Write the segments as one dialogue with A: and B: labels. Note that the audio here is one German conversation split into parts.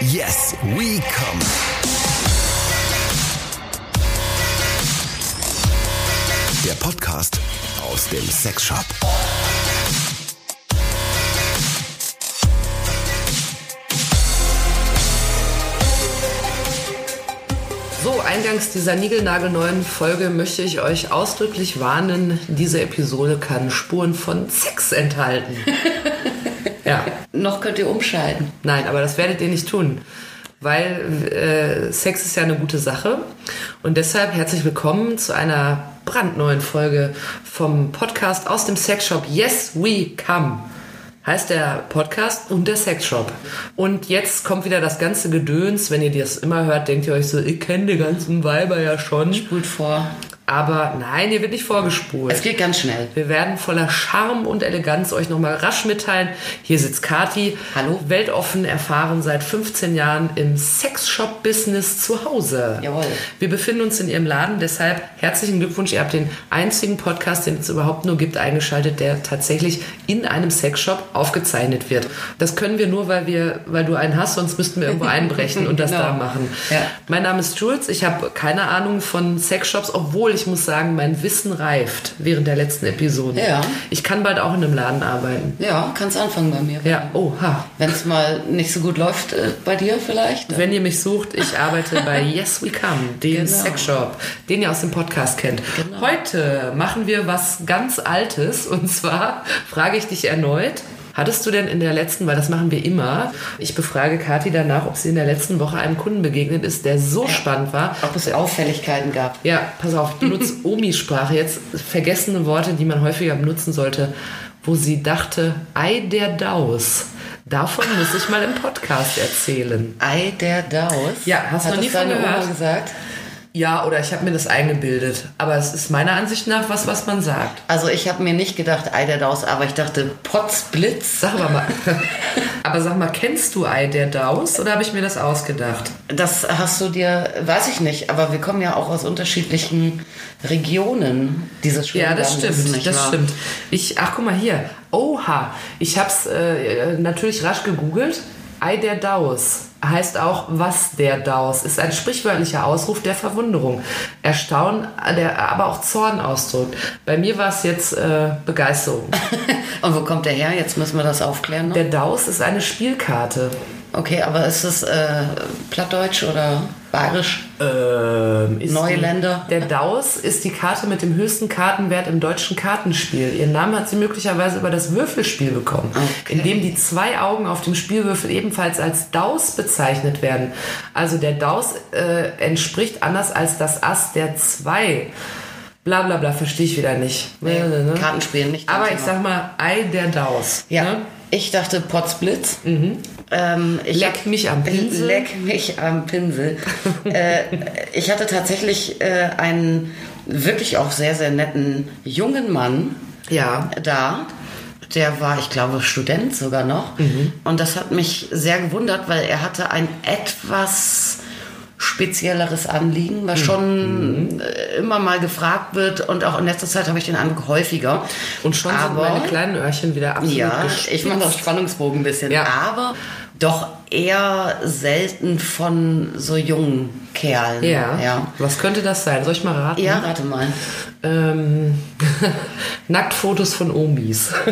A: Yes, we come. Der Podcast aus dem Sexshop.
B: So, eingangs dieser niegelnagelneuen Folge möchte ich euch ausdrücklich warnen, diese Episode kann Spuren von Sex enthalten. ja.
C: Noch könnt ihr umschalten.
B: Nein, aber das werdet ihr nicht tun. Weil äh, Sex ist ja eine gute Sache. Und deshalb herzlich willkommen zu einer brandneuen Folge vom Podcast aus dem Sexshop Yes We Come heißt der Podcast und der Sexshop. Und jetzt kommt wieder das ganze Gedöns. Wenn ihr das immer hört, denkt ihr euch so, ich kenne die ganzen Weiber ja schon.
C: Spult vor.
B: Aber nein, hier wird nicht vorgespult.
C: Es geht ganz schnell.
B: Wir werden voller Charme und Eleganz euch nochmal rasch mitteilen. Hier sitzt Kati.
C: Hallo.
B: Weltoffen erfahren seit 15 Jahren im Sexshop-Business zu Hause.
C: Jawohl.
B: Wir befinden uns in ihrem Laden, deshalb herzlichen Glückwunsch. Ihr habt den einzigen Podcast, den es überhaupt nur gibt, eingeschaltet, der tatsächlich in einem Sexshop aufgezeichnet wird. Das können wir nur, weil, wir, weil du einen hast, sonst müssten wir irgendwo einbrechen und das
C: Genau.
B: da machen.
C: Ja.
B: Mein Name ist Jules. Ich habe keine Ahnung von Sexshops, obwohl ich muss sagen, mein Wissen reift während der letzten Episode.
C: Ja.
B: Ich kann bald auch in einem Laden arbeiten.
C: Ja, kannst anfangen bei mir.
B: Ja, oha.
C: Wenn es mal nicht so gut läuft äh, bei dir vielleicht.
B: Wenn ihr mich sucht, ich arbeite bei Yes We Come, dem
C: Genau.
B: Sexshop, den ihr aus dem Podcast kennt. Heute machen wir was ganz Altes und zwar frage ich dich erneut. Hattest du denn in der letzten, weil das machen wir immer, ich befrage Kathi danach, ob sie in der letzten Woche einem Kunden begegnet ist, der so spannend war,
C: Ob es Auffälligkeiten gab.
B: Ja, pass auf, ich benutze Omi-Sprache jetzt. Vergessene Worte, die man häufiger benutzen sollte, wo sie dachte, ei der Daus. Davon muss ich mal im Podcast erzählen.
C: Ei der Daus.
B: Ja, hast du
C: Hat
B: noch nie
C: das
B: von
C: deine
B: gehört?
C: Oma gesagt?
B: Ja, oder ich habe mir das eingebildet. Aber es ist meiner Ansicht nach was, was man sagt.
C: Also ich habe mir nicht gedacht Ei der Daus, aber ich dachte Potzblitz.
B: Sag aber mal. aber sag mal, kennst du Ei der Daus oder habe ich mir das ausgedacht?
C: Das hast du dir, weiß ich nicht, aber wir kommen ja auch aus unterschiedlichen Regionen dieses
B: Ja, das
C: Schullandes,
B: stimmt,
C: nicht
B: das
C: wahr?
B: stimmt. Ich, ach, guck mal hier. Oha, ich hab's äh, äh, natürlich rasch gegoogelt. Ei der Daus heißt auch was der Daus. Ist ein sprichwörtlicher Ausruf der Verwunderung. Erstaunen, der aber auch Zorn ausdrückt. Bei mir war es jetzt äh, Begeisterung.
C: Und wo kommt der her? Jetzt müssen wir das aufklären. Ne?
B: Der Daus ist eine Spielkarte.
C: Okay, aber ist es äh, Plattdeutsch oder Bayerisch?
B: Ähm, ist
C: Neuländer.
B: Die, der Daus ist die Karte mit dem höchsten Kartenwert im deutschen Kartenspiel. Ihren Namen hat sie möglicherweise über das Würfelspiel bekommen,
C: Ah, Okay.
B: in dem die zwei Augen auf dem Spielwürfel ebenfalls als Daus bezeichnet werden. Also der Daus äh, entspricht anders als das Ass der zwei. Bla bla bla, verstehe ich wieder nicht. Ne, ne, ne.
C: Kartenspielen nicht.
B: Aber
C: ganz
B: ich
C: genau.
B: sag mal, Ei der Daus.
C: Ja,
B: Ne? Mhm.
C: ich dachte Potzblitz. Ähm, ich
B: Leck
C: hab-
B: mich am Pinsel.
C: Leck mich am Pinsel. äh, ich hatte tatsächlich äh, einen wirklich auch sehr, sehr netten jungen Mann
B: Ja.
C: da. Der war, ich glaube, Student sogar noch.
B: Mhm.
C: Und das hat mich sehr gewundert, weil er hatte ein etwas spezielleres Anliegen,
B: Mhm.
C: was schon äh, immer mal gefragt wird. Und auch in letzter Zeit habe ich den Eindruck häufiger.
B: Und schon sind
C: Aber-
B: meine kleinen Öhrchen wieder absolut
C: ja,
B: gespitzt.
C: ich mache das Spannungsbogen ein bisschen.
B: Ja.
C: Aber doch eher selten von so jungen Kerlen.
B: Ja. Mhm.
C: Ja,
B: Was könnte das sein? Soll ich mal raten?
C: ja rate mal.
B: Ähm, Nacktfotos von Omis.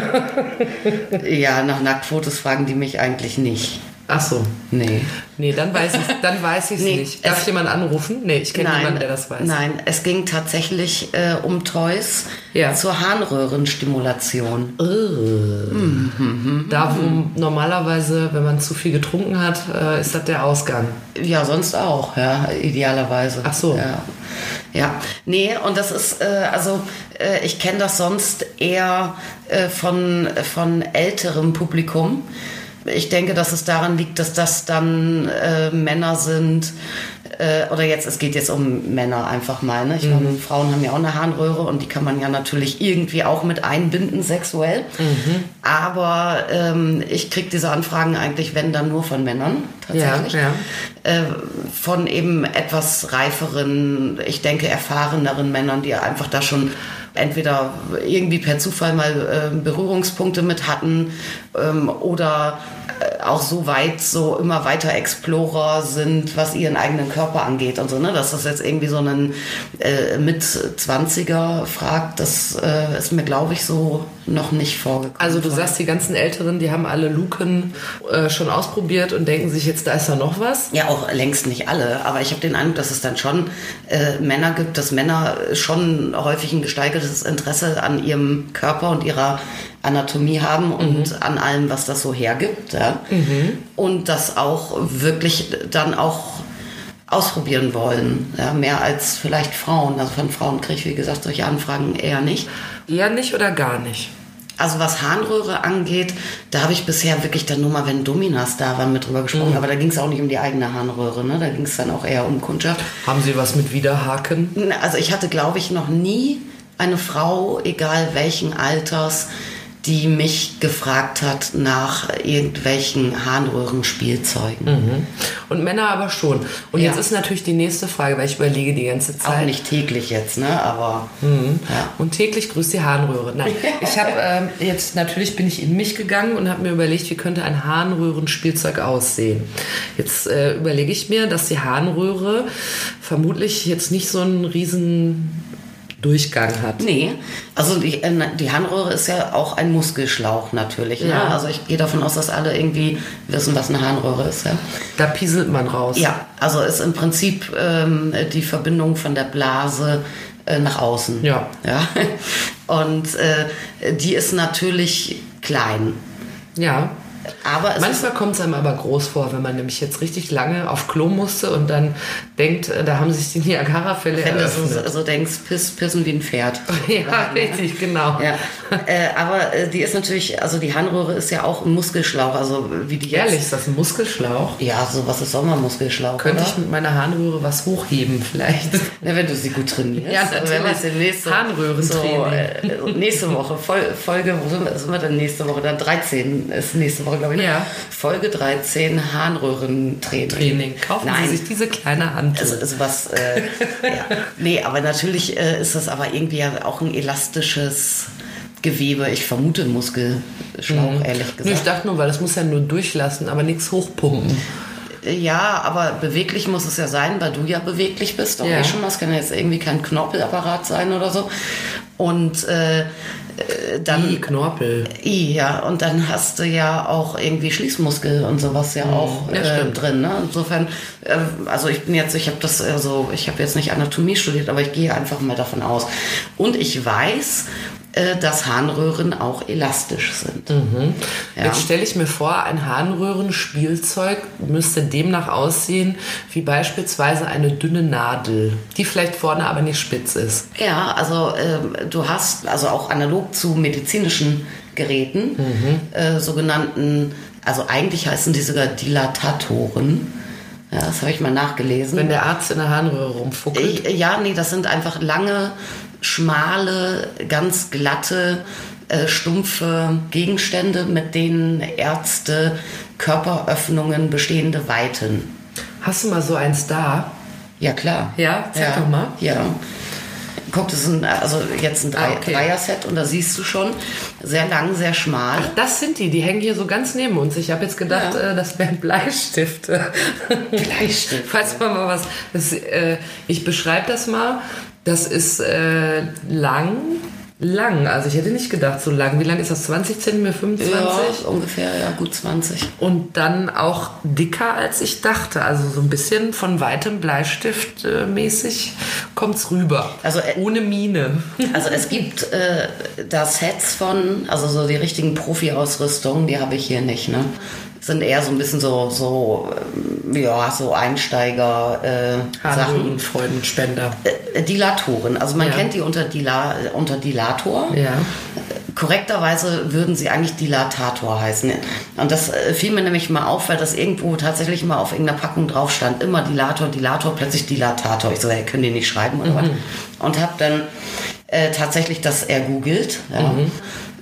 C: Ja, nach Nacktfotos fragen die mich eigentlich nicht.
B: Ach so.
C: Nee.
B: Nee, dann weiß ich dann weiß ich's
C: Nee,
B: nicht. Darf
C: es-
B: ich jemanden anrufen? Nee, ich kenne niemanden, der das weiß.
C: Nein, es ging tatsächlich äh, um Toys
B: Ja.
C: zur Harnröhrenstimulation.
B: Da, wo normalerweise, wenn man zu viel getrunken hat, äh, ist das der Ausgang.
C: Ja, sonst auch, ja, idealerweise.
B: Ach so.
C: Ja. Ja, nee, und das ist, äh, also äh, ich kenne das sonst eher äh, von, von älterem Publikum. Ich denke, dass es daran liegt, dass das dann äh, Männer sind, äh, oder jetzt, es geht jetzt um Männer einfach mal. Ne? Ich meine,
B: Mhm.
C: Frauen haben ja auch eine Harnröhre und die kann man ja natürlich irgendwie auch mit einbinden sexuell.
B: Mhm.
C: Aber ähm, ich kriege diese Anfragen eigentlich, wenn dann nur von Männern tatsächlich
B: ja.
C: äh, von eben etwas reiferen, ich denke erfahreneren Männern, die einfach da schon entweder irgendwie per Zufall mal äh, Berührungspunkte ähm, mit hatten ähm, oder äh, auch so weit, so immer weiter Explorer sind, was ihren eigenen Körper angeht und so, ne? Dass das jetzt irgendwie so einen äh, mit 20er fragt, das äh, ist mir, glaube ich, so noch nicht vorgekommen.
B: Also du sagst, die ganzen Älteren, die haben alle Luken äh, schon ausprobiert und denken sich, jetzt da ist ja noch was.
C: Ja, auch längst nicht alle, aber ich habe den Eindruck, dass es dann schon äh, Männer gibt, dass Männer äh, schon häufig ein gesteigertes Interesse an ihrem Körper und ihrer Anatomie haben und an allem, was das so hergibt. Ja? Und das auch wirklich dann auch ausprobieren wollen. Ja? Mehr als vielleicht Frauen. Also von Frauen kriege ich, wie gesagt, solche Anfragen eher nicht.
B: Eher nicht oder gar nicht.
C: Also was Harnröhre angeht, da habe ich bisher wirklich dann nur mal, wenn Dominas da waren, mit drüber gesprochen. Aber da ging es auch nicht um die eigene Harnröhre, ne? Da ging es dann auch eher um Kundschaft.
B: Haben sie was mit Widerhaken?
C: Also ich hatte, glaube ich, noch nie eine Frau, egal welchen Alters, die mich gefragt hat nach irgendwelchen Harnröhrenspielzeugen.
B: Mhm. Und Männer aber schon. Und
C: Ja.
B: jetzt ist natürlich die nächste Frage, weil ich überlege die ganze
C: Auch
B: Zeit.
C: nicht täglich jetzt, ne? Aber ja.
B: Und täglich grüßt die Harnröhre. Nein, ich habe ähm, jetzt natürlich bin ich in mich gegangen und habe mir überlegt, wie könnte ein Harnröhrenspielzeug aussehen. Jetzt äh, überlege ich mir, dass die Harnröhre vermutlich jetzt nicht so einen riesen Durchgang hat.
C: Nee, also die, äh, die Harnröhre ist ja auch ein Muskelschlauch natürlich.
B: Ja.
C: Ne? Also ich gehe davon aus, dass alle irgendwie wissen, was eine Harnröhre ist. Ja,
B: Da pieselt man raus.
C: ja also ist im Prinzip ähm, die Verbindung von der Blase äh, nach außen.
B: Ja.
C: ja? Und äh, die ist natürlich klein.
B: ja.
C: Aber es
B: Manchmal kommt es einem aber groß vor, wenn man nämlich jetzt richtig lange auf Klo musste und dann denkt, äh, da haben sich die Niagara-Fälle
C: Wenn du so,
B: eröffnet.
C: so denkst, piss, pissen wie ein Pferd.
B: Ja, richtig, genau.
C: Ja, äh, aber äh, die ist natürlich, also die Harnröhre ist ja auch ein Muskelschlauch, also wie die jetzt-
B: Ehrlich, ist das ein Muskelschlauch?
C: Ja, sowas ist Sommermuskelschlauch,
B: Könnte
C: oder?
B: ich mit meiner Harnröhre was hochheben vielleicht?
C: Na, wenn du sie gut trainierst.
B: Ja,
C: Also wenn wir jetzt
B: natürlich.
C: nächste, so,
B: Harnröhrentraining.
C: äh, nächste Woche, Fol Folge, wo sind wir, sind wir dann nächste Woche? Dann 13 ist nächste Woche, glaube ich. ne?
B: Ja.
C: Folge 13, Harnröhrentraining.
B: Training. Kaufen
C: Nein.
B: Sie sich diese kleine Hand.
C: Also, also was, äh, ja. Nee, aber natürlich äh, ist das aber irgendwie ja auch ein elastisches Gewebe. Ich vermute Muskelschlauch, ehrlich
B: Nee, Mhm. ich
C: gesagt.
B: dachte nur, weil das muss ja nur durchlassen, aber nichts hochpumpen.
C: Äh, Ja, aber beweglich muss es ja sein, weil du ja beweglich bist. Auch
B: Ja.
C: eh schon mal. Es kann ja jetzt irgendwie kein Knorpelapparat sein oder so. Und äh, äh, dann.
B: Die Knorpel.
C: I, ja, und dann hast du ja auch irgendwie Schließmuskel und sowas ja auch
B: Mhm. Ja,
C: äh,
B: stimmt.
C: drin. Ne? Insofern, äh, also ich bin jetzt, ich habe das äh, so, ich habe jetzt nicht Anatomie studiert, aber ich gehe einfach mal davon aus. Und ich weiß, äh, dass Harnröhren auch elastisch
B: Mhm.
C: sind. Ja.
B: Jetzt stelle ich mir vor, ein Harnröhrenspielzeug müsste demnach aussehen wie beispielsweise eine dünne Nadel, die vielleicht vorne aber nicht spitz ist.
C: Ja, also ähm, du hast also auch analog zu medizinischen Geräten
B: Mhm.
C: äh, sogenannten, also eigentlich heißen die sogar Dilatatoren. Ja, das habe ich mal nachgelesen.
B: Wenn der Arzt in der Harnröhre rumfuckelt.
C: Ich, äh, ja, nee, das sind einfach lange, schmale, ganz glatte, äh, stumpfe Gegenstände, mit denen Ärzte Körperöffnungen bestehende weiten.
B: Hast du mal so eins da?
C: Ja, klar.
B: Ja, zeig doch mal.
C: Ja. Guck, das ist ein, also jetzt ein Drei
B: Ah, okay.
C: Dreier-Set und da siehst du schon, sehr lang, sehr schmal.
B: Das sind die, die hängen hier so ganz neben uns. Ich habe jetzt gedacht,
C: Ja.
B: äh, das wären Bleistifte.
C: Bleistifte.
B: Falls man mal was. Das, äh, ich beschreibe das mal. Das ist äh, lang. Lang, also ich hätte nicht gedacht, so lang. Wie lang ist das? 20 cm, 25?
C: Ja, ungefähr, ja, gut 20.
B: Und dann auch dicker, als ich dachte. Also so ein bisschen von weitem Bleistift äh, mäßig kommt's rüber.
C: Also, äh,
B: ohne Mine.
C: Also es gibt äh, da Sets von, also so die richtigen Profi-Ausrüstungen, die habe ich hier nicht, ne? Sind eher so ein bisschen so, so ähm, ja, so Einsteiger-Sachen.
B: Freudenspender.
C: Dilatoren, also man
B: Ja.
C: kennt die unter, Dila, unter Dilator.
B: Ja.
C: Korrekterweise würden sie eigentlich Dilatator heißen. Und das äh, fiel mir nämlich mal auf, weil das irgendwo tatsächlich mal auf irgendeiner Packung drauf stand. Immer Dilator, Dilator, plötzlich Dilatator. Ich so, hey, können die nicht schreiben oder was? Und habe dann äh, tatsächlich das ergoogelt. Ja.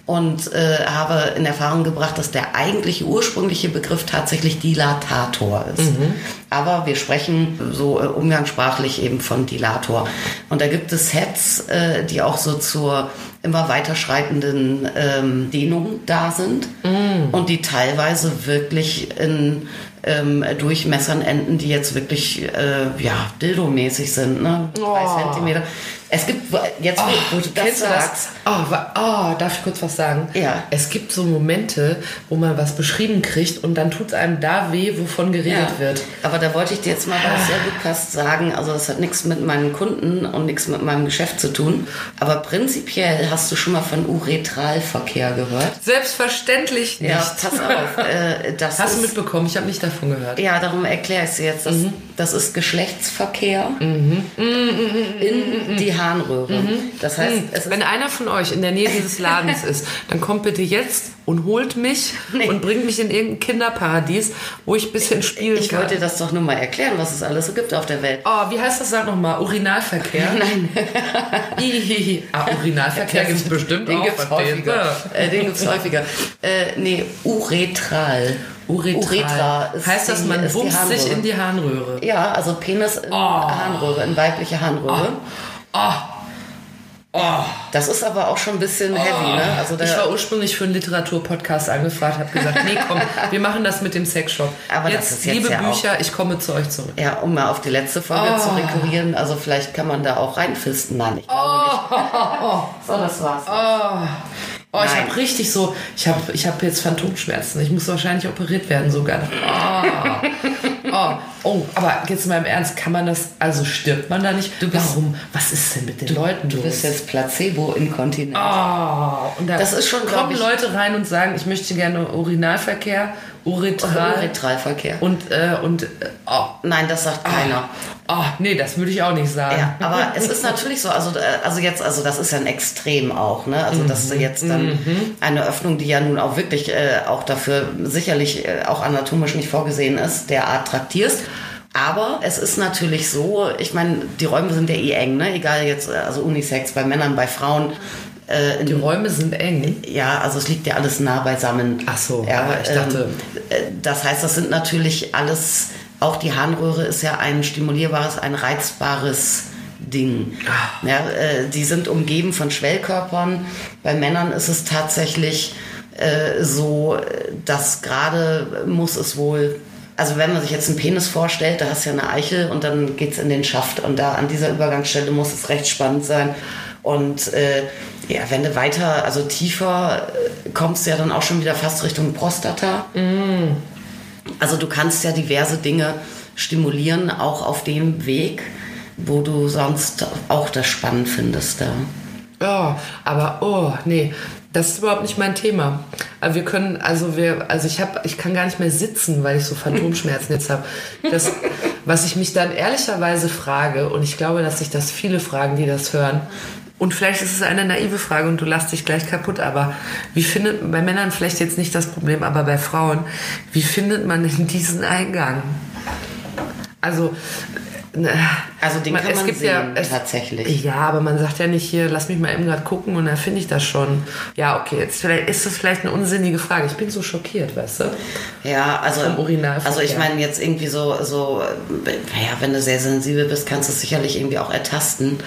C: Und äh, habe in Erfahrung gebracht, dass der eigentliche ursprüngliche Begriff tatsächlich Dilatator ist.
B: Mhm.
C: Aber wir sprechen so äh, umgangssprachlich eben von Dilator. Und da gibt es Sets, äh, die auch so zur immer weiterschreitenden ähm, Dehnung da sind
B: Mhm.
C: mm. und die teilweise wirklich in ähm, Durchmessern enden, die jetzt wirklich äh, ja, dildomäßig sind, ne? Oh. Drei Zentimeter. Es gibt jetzt,
B: oh, wo du das sagst. Das? Oh, oh, darf ich kurz was sagen?
C: Ja.
B: Es gibt so Momente, wo man was beschrieben kriegt und dann tut es einem da weh, wovon geredet ja. wird.
C: Aber da wollte ich dir jetzt mal, weil es sehr gut passt, sagen, also das hat nichts mit meinen Kunden und nichts mit meinem Geschäft zu tun. Aber prinzipiell hast du schon mal von Uretralverkehr gehört.
B: Selbstverständlich nicht. Ja,
C: pass auf. äh, das
B: hast du mitbekommen? Ich habe nicht davon gehört.
C: Ja, darum erkläre ich es jetzt. Das, mhm. das, ist Geschlechtsverkehr
B: mhm.
C: in die Harnröhre. Mhm. Das heißt,
B: wenn einer von euch in der Nähe dieses Ladens ist, dann kommt bitte jetzt und holt mich nee. und bringt mich in irgendein Kinderparadies, wo ich ein bisschen spielen
C: ich, ich
B: kann.
C: Ich wollte dir das doch nur mal erklären, was es alles so gibt auf der Welt.
B: Oh, wie heißt das dann nochmal? Urinalverkehr?
C: Nein.
B: Ihihi. ah, Urinalverkehr gibt es bestimmt
C: den
B: auch.
C: Gibt's häufiger. Äh, den gibt es häufiger. Äh, nee, uretral.
B: Uretral. Uretra heißt das,
C: die,
B: man wumst sich in die Harnröhre?
C: Ja, also Penis in oh. Harnröhre, in weibliche Harnröhre.
B: Oh. oh.
C: Oh. Das ist aber auch schon ein bisschen oh. heavy, ne?
B: Also Ah. ich war ursprünglich für einen Literaturpodcast angefragt, habe gesagt, nee, komm, wir machen das mit dem Sexshop.
C: Aber jetzt, das ist jetzt
B: liebe
C: ja
B: Bücher,
C: auch,
B: ich komme zu euch zurück.
C: Ja, um mal auf die letzte Folge
B: Ah.
C: oh. zu rekurrieren, also vielleicht kann man da auch reinfisten. Nein, ich glaube
B: Ah.
C: nicht. so, das war's.
B: Oh, Nein. ich habe richtig so, ich habe ich hab jetzt Phantomschmerzen. Ich muss wahrscheinlich operiert werden sogar. Oh. oh. oh, aber jetzt mal im Ernst, kann man das, also stirbt man da nicht?
C: Du bist,
B: Warum? Was ist denn mit den
C: du,
B: Leuten
C: Du bist jetzt Placebo-Inkontinent.
B: Oh,
C: und da das ist schon,
B: kommen ich, Leute rein und sagen, ich möchte gerne Urinalverkehr, Uretral.
C: Uretralverkehr.
B: Und, äh, und, oh.
C: Nein, das sagt oh. keiner.
B: Oh, nee, das würde ich auch nicht sagen.
C: Ja, aber es ist natürlich so, also, also jetzt, also das ist ja ein Extrem auch, ne? Also, dass mhm. du jetzt dann mhm. eine Öffnung, die ja nun auch wirklich äh, auch dafür sicherlich äh, auch anatomisch nicht vorgesehen ist, derart traktierst. Aber es ist natürlich so, ich meine, die Räume sind ja eh eng, ne? Egal jetzt, also Unisex bei Männern, bei Frauen.
B: Äh, die Räume sind eng.
C: Ja, also es liegt ja alles nah beisammen.
B: Ach so,
C: ja, ähm,
B: ich dachte.
C: Äh, das heißt, das sind natürlich alles auch die Harnröhre ist ja ein stimulierbares, ein reizbares Ding. Ja, äh, die sind umgeben von Schwellkörpern. Bei Männern ist es tatsächlich äh, so, dass gerade muss es wohl. Also wenn man sich jetzt einen Penis vorstellt, da hast du ja eine Eichel und dann geht's in den Schaft und da an dieser Übergangsstelle muss es recht spannend sein. Und äh, ja, wenn du weiter, also tiefer äh, kommst du ja dann auch schon wieder fast Richtung Prostata.
B: Mm.
C: Also du kannst ja diverse Dinge stimulieren, auch auf dem Weg, wo du sonst auch das Spannend findest da.
B: Ja, aber oh, nee, das ist überhaupt nicht mein Thema. Aber wir können, also wir, also ich habe, ich kann gar nicht mehr sitzen, weil ich so Phantomschmerzen jetzt habe. Das, was ich mich dann ehrlicherweise frage, und ich glaube, dass sich das viele fragen, die das hören, und vielleicht ist es eine naive Frage und du lachst dich gleich kaputt, aber wie findet, bei Männern vielleicht jetzt nicht das Problem, aber bei Frauen, wie findet man denn diesen Eingang? Also,
C: also den man, kann man sehen,
B: ja,
C: es, tatsächlich.
B: Ja, aber man sagt ja nicht hier, lass mich mal eben gerade gucken und dann finde ich das schon. Ja, okay, jetzt vielleicht, ist das vielleicht eine unsinnige Frage. Ich bin so schockiert, weißt du?
C: Ja, also
B: Vom Urinal
C: also ich meine jetzt irgendwie so, so, naja, wenn du sehr sensibel bist, kannst du es sicherlich irgendwie auch ertasten.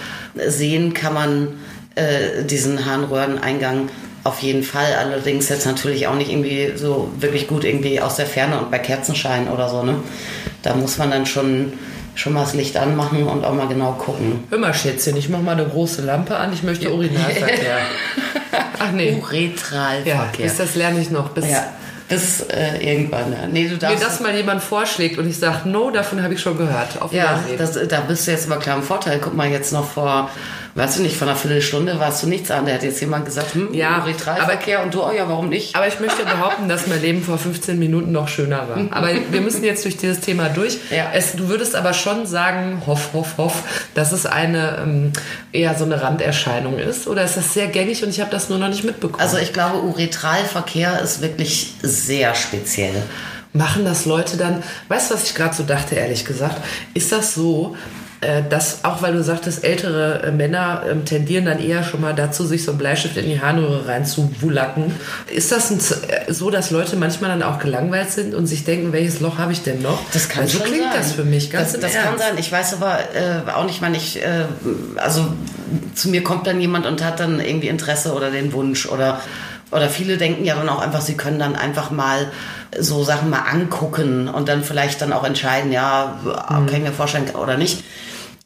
C: Sehen kann man äh, diesen Harnröhreneingang auf jeden Fall, allerdings jetzt natürlich auch nicht irgendwie so wirklich gut irgendwie aus der Ferne und bei Kerzenschein oder so, ne? Da muss man dann schon schon mal das Licht anmachen und auch mal genau gucken.
B: Hör mal, Schätzchen, ich mach mal eine große Lampe an, ich möchte Urinalverkehr.
C: Ach nee. Uretralverkehr.
B: Ja, bis das lerne ich noch. Bis
C: ja, bis äh, irgendwann. Ja. Nee, du darfst
B: Mir das mal jemand vorschlägt und ich sage, no, davon habe ich schon gehört. Auf
C: ja, das, äh, da bist du jetzt mal klar im Vorteil. Guck mal, jetzt noch vor weißt du nicht, von einer Viertelstunde warst du nichts an. Da hat jetzt jemand gesagt, hm,
B: ja,
C: Uretralverkehr und du, oh ja, warum nicht?
B: Aber ich möchte behaupten, dass mein Leben vor 15 Minuten noch schöner war. Aber wir müssen jetzt durch dieses Thema durch.
C: Ja.
B: Es, du würdest aber schon sagen, hoff, hoff, hoff, dass es eine ähm, eher so eine Randerscheinung ist. Oder ist das sehr gängig und ich habe das nur noch nicht mitbekommen?
C: Also ich glaube, Uretralverkehr ist wirklich sehr speziell.
B: Machen das Leute dann, weißt du, was ich gerade so dachte, ehrlich gesagt? Ist das so, äh, dass auch weil du sagtest, ältere äh, Männer ähm, tendieren dann eher schon mal dazu, sich so einen Bleistift in die Harnröhre reinzuwulacken. Ist das ein, Z- äh, so, dass Leute manchmal dann auch gelangweilt sind und sich denken, welches Loch habe ich denn noch?
C: Das kann
B: Weil so
C: schon
B: Also klingt
C: sein.
B: das für mich ganz
C: Das,
B: im
C: das
B: Ernst.
C: kann sein. Ich weiß aber äh, auch nicht, wann ich, äh, also zu mir kommt dann jemand und hat dann irgendwie Interesse oder den Wunsch oder, oder viele denken ja dann auch einfach, sie können dann einfach mal so Sachen mal angucken und dann vielleicht dann auch entscheiden, ja,
B: Mhm.
C: kann ich mir vorstellen oder nicht.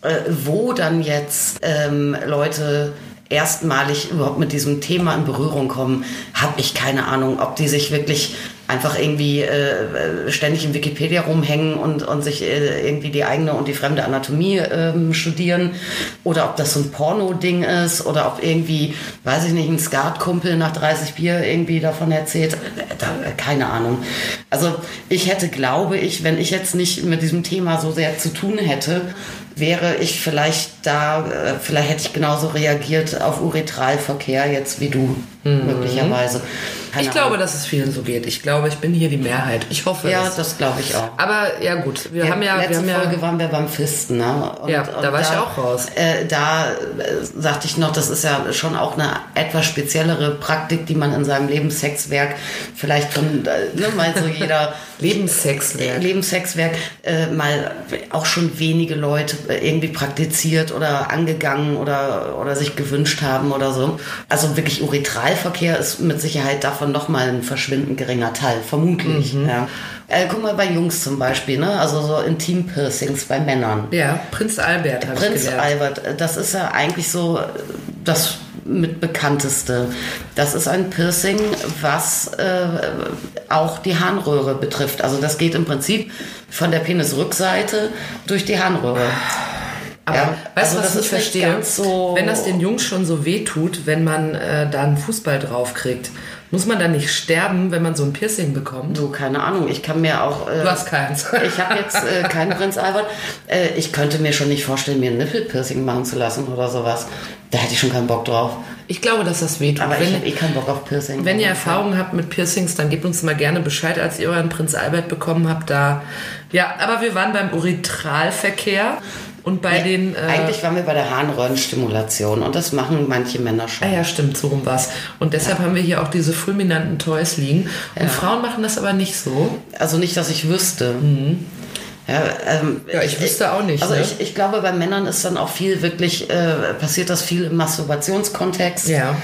C: Äh, wo dann jetzt ähm, Leute erstmalig überhaupt mit diesem Thema in Berührung kommen, habe ich keine Ahnung, ob die sich wirklich einfach irgendwie äh, äh, ständig in Wikipedia rumhängen und, und sich äh, irgendwie die eigene und die fremde Anatomie ähm, studieren oder ob das so ein Porno-Ding ist oder ob irgendwie, weiß ich nicht, ein Skatkumpel nach 30 Bier irgendwie davon erzählt. Äh, Da, äh, keine Ahnung. Also ich hätte, glaube ich, wenn ich jetzt nicht mit diesem Thema so sehr zu tun hätte, wäre ich vielleicht da, äh, vielleicht hätte ich genauso reagiert auf Uretralverkehr jetzt wie du, möglicherweise. Keine
B: Mhm. Ich glaube, dass es vielen so geht. Ich glaube, ich bin hier die Mehrheit. Ich hoffe
C: Ja,
B: es.
C: das glaube ich auch.
B: Aber ja gut, wir haben ja, wir
C: letzte
B: haben ja
C: Folge waren wir beim Fisten, ne? Und-
B: Ja,
C: und
B: da war ich ja auch raus.
C: Äh, da äh, sagte ich noch, das ist ja schon auch eine etwas speziellere Praktik, die man in seinem Lebenssexwerk vielleicht von, äh, ne, mal so jeder
B: Lebenssexwerk.
C: Lebenssexwerk äh, mal auch schon wenige Leute äh, irgendwie praktiziert oder angegangen oder, oder sich gewünscht haben oder so. Also wirklich Uretralverkehr ist mit Sicherheit davon nochmal ein verschwindend geringer Teil, vermutlich. Ja. Äh, guck mal bei Jungs zum Beispiel, ne? also so Intim-Piercings bei Männern.
B: ja, Prinz Albert habe ich
C: Prinz
B: gelernt.
C: Albert, äh, das ist ja eigentlich so äh, das mitbekannteste. Das ist ein Piercing, was äh, auch die Harnröhre betrifft. Also das geht im Prinzip von der Penisrückseite durch die Harnröhre.
B: Aber
C: Ja,
B: weißt du,
C: also
B: was
C: das
B: ich
C: ist nicht
B: verstehe?
C: ganz so-
B: Wenn das den Jungs schon so weh tut, wenn man äh, da einen Fußball draufkriegt, muss man dann nicht sterben, wenn man so ein Piercing bekommt?
C: Du, keine Ahnung, ich kann mir auch... Äh,
B: Du hast keins.
C: Ich habe jetzt äh, keinen Prinz Albert. Äh, ich könnte mir schon nicht vorstellen, mir ein Nippelpiercing machen zu lassen oder sowas. Da hätte ich schon keinen Bock drauf.
B: Ich glaube, dass das weh tut.
C: Aber ich
B: wenn,
C: habe eh keinen Bock auf Piercing.
B: wenn ihr Erfahrungen habt mit Piercings, dann gebt uns mal gerne Bescheid, als ihr euren Prinz Albert bekommen habt. Da ja, aber wir waren beim Uretralverkehr und bei den. Äh,
C: Eigentlich waren wir bei der Harnröhrenstimulation und das machen manche Männer schon.
B: Ah ja, stimmt, so rum war's. Und deshalb haben wir hier auch diese fulminanten Toys liegen. Und Frauen machen das aber nicht so.
C: Also nicht, dass ich wüsste. Ja, ähm,
B: Mhm. Ja, ich wüsste auch nicht,
C: Also
B: ne?
C: ich, ich glaube, bei Männern ist dann auch viel wirklich, äh, passiert das viel im Masturbationskontext.
B: Ja.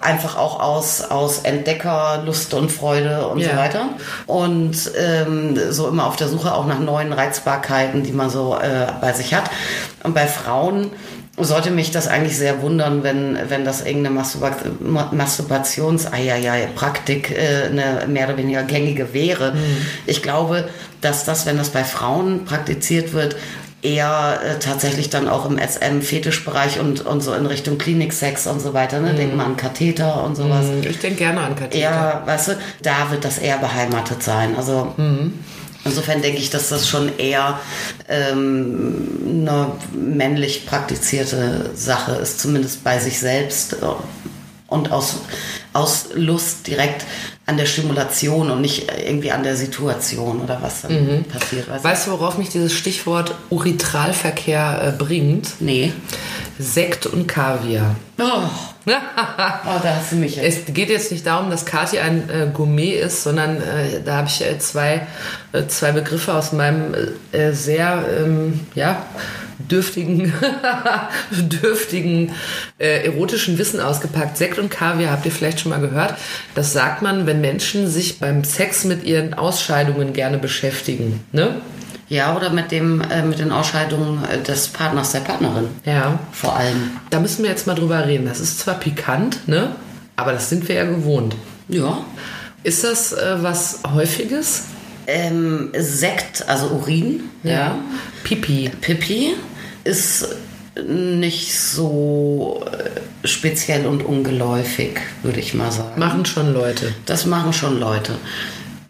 C: Einfach auch aus, aus Entdecker, Lust und Freude und
B: Ja.
C: so weiter. Und ähm, so immer auf der Suche auch nach neuen Reizbarkeiten, die man so äh, bei sich hat. Und bei Frauen sollte mich das eigentlich sehr wundern, wenn, wenn das irgendeine Masturba Ma- Masturbations Praktik äh, eine mehr oder weniger gängige wäre. Ich glaube, dass das, wenn das bei Frauen praktiziert wird, eher äh, tatsächlich dann auch im SM-Fetischbereich und, und so in Richtung Kliniksex und so weiter. Ne? Denk mal an Katheter und sowas.
B: Ich denke gerne an Katheter.
C: Eher, weißt du, da wird das eher beheimatet sein. Also insofern denke ich, dass das schon eher ähm, eine männlich praktizierte Sache ist, zumindest bei sich selbst äh, und aus, aus Lust direkt an der Stimulation und nicht irgendwie an der Situation oder was dann passiert. Weißt du?
B: Weißt du, worauf mich dieses Stichwort Uritralverkehr äh, bringt?
C: Nee.
B: Sekt und Kaviar.
C: Oh, oh, da hast du mich jetzt.
B: Es geht jetzt nicht darum, dass Kati ein äh, Gourmet ist, sondern äh, da habe ich äh, zwei, äh, zwei Begriffe aus meinem äh, äh, sehr ähm, ja, dürftigen, dürftigen äh, erotischen Wissen ausgepackt. Sekt und Kaviar habt ihr vielleicht schon mal gehört. Das sagt man, wenn Menschen sich beim Sex mit ihren Ausscheidungen gerne beschäftigen. Ne?
C: Ja, oder mit, dem, äh, mit den Ausscheidungen äh, des Partners, der Partnerin.
B: Ja.
C: Vor allem.
B: Da müssen wir jetzt mal drüber reden. Das ist zwar pikant, ne? Aber das sind wir ja gewohnt.
C: Ja.
B: Ist das äh, was Häufiges?
C: Ähm, Sekt, also Urin, ja.
B: Pipi.
C: Pipi ist nicht so äh, speziell und ungeläufig, würde ich mal sagen.
B: Machen schon Leute.
C: Das machen schon Leute.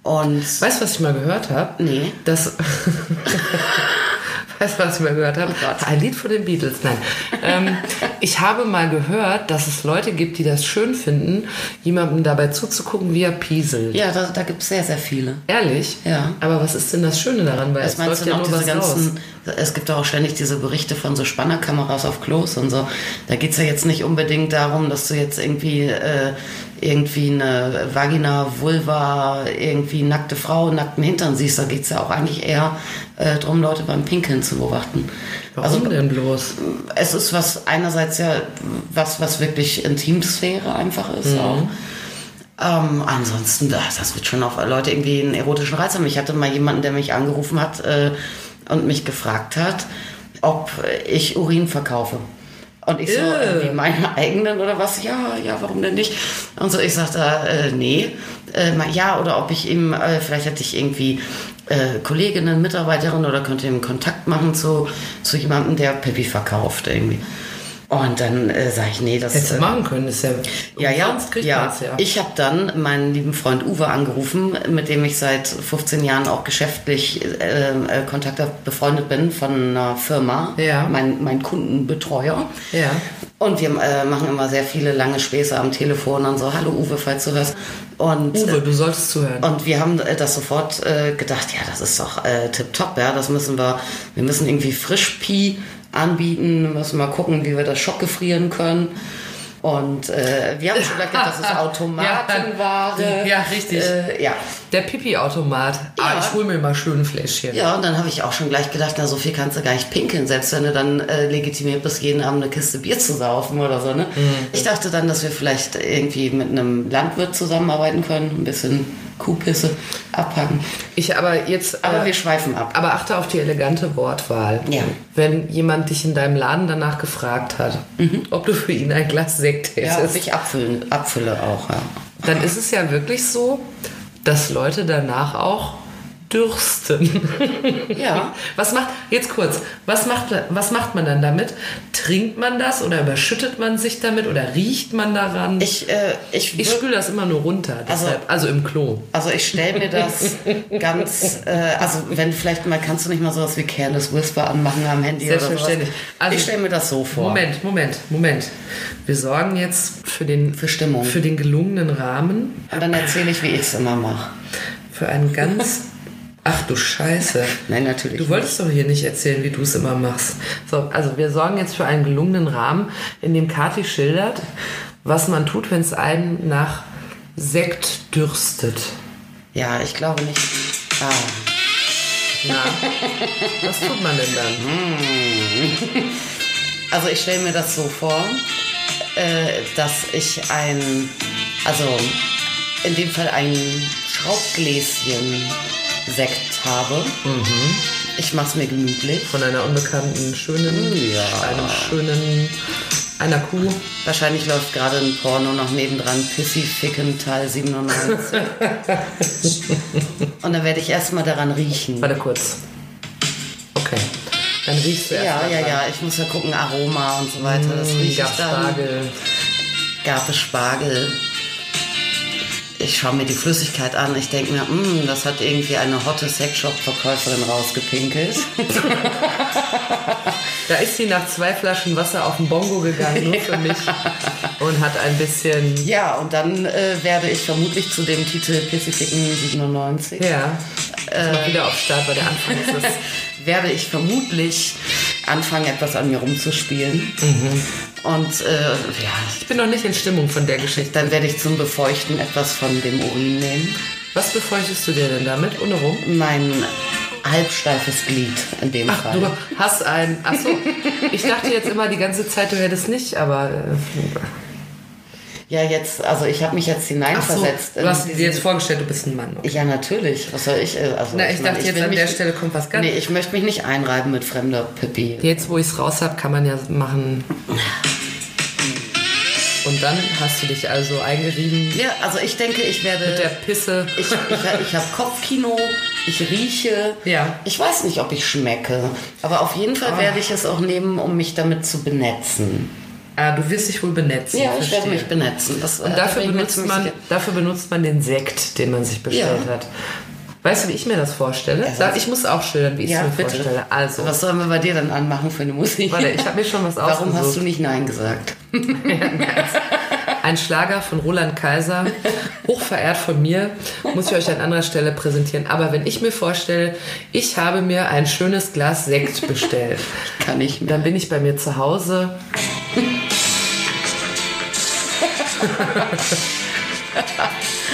C: Und
B: Weißt du, was ich mal gehört habe?
C: Nee.
B: Das. Weißt du, was ich mal gehört
C: Oh
B: habe? Ein Lied von den Beatles. Nein. ähm, ich habe mal gehört, dass es Leute gibt, die das schön finden, jemandem dabei zuzugucken, wie er pieselt.
C: Ja, da, da gibt es sehr, sehr viele.
B: Ehrlich?
C: Ja.
B: Aber was ist denn das Schöne daran? Weil
C: Was
B: es
C: meinst
B: läuft
C: du
B: ja
C: noch
B: nur
C: diese
B: was raus.
C: ganzen, es gibt doch auch ständig diese Berichte von so Spannerkameras auf Klos und so. Da geht es ja jetzt nicht unbedingt darum, dass du jetzt irgendwie, äh, irgendwie eine Vagina, Vulva, irgendwie nackte Frau, nackten Hintern siehst. Da geht es ja auch eigentlich eher äh, darum, Leute beim Pinkeln zu beobachten.
B: Warum
C: Also
B: denn bloß?
C: es ist was einerseits ja was, was wirklich Intimsphäre einfach ist auch. Ähm, ansonsten, das, das wird schon auf Leute irgendwie einen erotischen Reiz haben. Ich hatte mal jemanden, der mich angerufen hat äh, und mich gefragt hat, ob ich Urin verkaufe. Und ich so,
B: Ew.
C: äh, wie meinen eigenen oder was? Ja, ja, warum denn nicht? Und so, ich sagte, äh, nee. Äh, ma- ja, oder ob ich ihm, äh, vielleicht hätte ich irgendwie äh, Kolleginnen, Mitarbeiterinnen oder könnte ihm Kontakt machen zu, zu jemandem, der Pippi verkauft irgendwie. Und dann äh, sage ich, nee, das
B: Hättest du
C: äh,
B: machen können, ist ja.
C: ja, ja,
B: Sonst kriegt
C: ja.
B: man's ja.
C: Ich habe dann meinen lieben Freund Uwe angerufen, mit dem ich seit 15 Jahren auch geschäftlich äh, äh, Kontakt hab, befreundet bin von einer Firma,
B: Ja.
C: mein, mein Kundenbetreuer.
B: Ja.
C: Und wir äh, machen immer sehr viele lange Späße am Telefon und so, hallo Uwe, falls du hörst. Und,
B: Uwe, du solltest zuhören.
C: und wir haben äh, das sofort äh, gedacht, ja, das ist doch äh, tipptopp, ja, das müssen wir, wir müssen irgendwie Frischpi anbieten, müssen mal gucken, wie wir das schockgefrieren können. Und äh, wir haben schon gedacht, dass es Automatenware.
B: Ja, richtig.
C: Äh, ja.
B: Der Pipi-Automat. Ah,
C: Ja.
B: ich hol mir mal schön ein Fläschchen.
C: ja, und dann habe ich auch schon gleich gedacht, na, so viel kannst du gar nicht pinkeln, selbst wenn du dann äh, legitimiert bist, jeden Abend eine Kiste Bier zu saufen oder so. Ne?
B: Mhm.
C: Ich dachte dann, dass wir vielleicht irgendwie mit einem Landwirt zusammenarbeiten können, ein bisschen Kuhpisse abpacken.
B: Ich aber jetzt.
C: Aber
B: äh,
C: wir schweifen ab.
B: aber achte auf die elegante Wortwahl.
C: Ja.
B: Wenn jemand dich in deinem Laden danach gefragt hat, ob du für ihn ein Glas Sekt
C: Mhm. Ja,
B: hättest,
C: ich abfüllen, abfülle auch, ja.
B: dann ist es ja wirklich so, dass Leute danach auch dürsten.
C: Ja.
B: Was macht, jetzt kurz, was macht, was macht man dann damit? Trinkt man das oder überschüttet man sich damit oder riecht man daran?
C: Ich, äh, ich,
B: Ich
C: wür-
B: spüle das immer nur runter,
C: Also-
B: deshalb, also, im Klo.
C: also ich stelle mir das ganz, äh, also wenn vielleicht mal, kannst du nicht mal sowas wie Careless Whisper anmachen am Handy
B: Selbstverständlich.
C: oder sowas.
B: Also-
C: ich stelle mir das so vor.
B: Moment, Moment, Moment. Wir sorgen jetzt für den,
C: Für Stimmung.
B: für den gelungenen Rahmen,
C: Und dann erzähle ich, wie ich es immer mache.
B: für einen ganz. Ach du Scheiße.
C: Nein, natürlich
B: Du wolltest doch hier nicht erzählen, wie du es immer machst. So, also wir sorgen jetzt für einen gelungenen Rahmen, in dem Kathi schildert, was man tut, wenn es einem nach Sekt dürstet.
C: Ja, ich glaube nicht. Ah.
B: Na, was tut man denn dann?
C: Also ich stelle mir das so vor, äh, dass ich ein, also in dem Fall ein Schraubgläschen Sekt habe.
B: Mhm.
C: Ich mache es mir gemütlich.
B: Von einer unbekannten schönen,
C: Ja.
B: einem schönen, einer Kuh.
C: Wahrscheinlich läuft gerade ein Porno noch nebendran, Pissy Ficken Teil 97. Und dann werde ich erstmal daran riechen.
B: Warte kurz. Okay. Dann riechst du erst
C: Ja,
B: mal
C: ja,
B: dran.
C: ja, ich muss ja gucken, Aroma und so weiter. Das
B: Hm,
C: rieche ich
B: gab's
C: dann.
B: Spargel.
C: Gab es Spargel. Ich schaue mir die Flüssigkeit an. Ich denke mir, "Mm, das hat irgendwie eine hotte Sexshop-Verkäuferin rausgepinkelt.
B: Da ist sie nach zwei Flaschen Wasser auf den Bongo gegangen, nur für mich. Und hat ein bisschen.
C: Ja, und dann äh, werde ich vermutlich zu dem Titel Pissy Ficken 97
B: Ja. Jetzt
C: Äh.
B: mach wieder auf Start, weil der Anfang ist das.
C: werde ich vermutlich anfangen, etwas an mir rumzuspielen.
B: Mhm.
C: Und äh, ja,
B: Ich bin noch nicht in Stimmung von der Geschichte.
C: dann werde ich zum Befeuchten etwas von dem Urin nehmen.
B: Was befeuchtest du dir denn damit? Ohne rum?
C: Mein halbsteifes Glied in dem
B: Ach,
C: Fall.
B: du hast ein. Ach so. Ich dachte jetzt immer die ganze Zeit, du hättest nicht, aber. Äh,
C: Ja, jetzt, also ich habe mich jetzt
B: ach so,
C: hineinversetzt. in
B: du hast dir
C: diesen-
B: jetzt vorgestellt, du bist ein Mann.
C: ja, natürlich. Was soll ich? äh, Also
B: Na, ich
C: mein,
B: dachte jetzt,
C: will
B: an
C: mich-
B: der Stelle kommt was ganz-
C: Nee, ich möchte mich nicht einreiben mit fremder Pippi.
B: Jetzt, wo ich es raus habe, kann man ja machen. Und dann hast du dich also eingerieben
C: Ja, also ich denke, ich werde.
B: mit der Pisse.
C: Ich, ich, ich habe Kopfkino, ich rieche.
B: Ja.
C: Ich weiß nicht, ob ich schmecke. Aber auf jeden Fall werde ich es auch nehmen, um mich damit zu benetzen.
B: Ah, du wirst dich wohl benetzen.
C: Ja, ich werde
B: verstehe.
C: mich benetzen. Das, äh,
B: Und dafür
C: bin ich mir
B: benutzt,
C: ziemlich
B: man,
C: sicher.
B: dafür benutzt man den Sekt, den man sich bestellt
C: Ja.
B: hat. Weißt du, wie ich mir das vorstelle?
C: Ja,
B: Sag,
C: was?
B: ich muss auch schildern, wie ich es
C: Ja,
B: mir
C: bitte.
B: vorstelle. Also,
C: Was sollen wir bei dir dann anmachen für eine Musik?
B: warte, ich habe mir schon was
C: Warum hast du
B: ausgesucht.
C: nicht Nein gesagt?
B: Ein Schlager von Roland Kaiser, hochverehrt von mir, muss ich euch an anderer Stelle präsentieren. Aber wenn ich mir vorstelle, ich habe mir ein schönes Glas Sekt bestellt,
C: Kann ich mehr.
B: dann bin ich bei mir zu Hause.